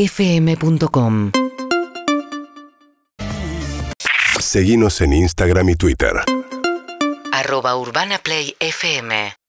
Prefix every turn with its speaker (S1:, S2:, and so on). S1: urbanaplayfm.com
S2: Seguimos en Instagram y Twitter.
S1: arroba urbanaplayfm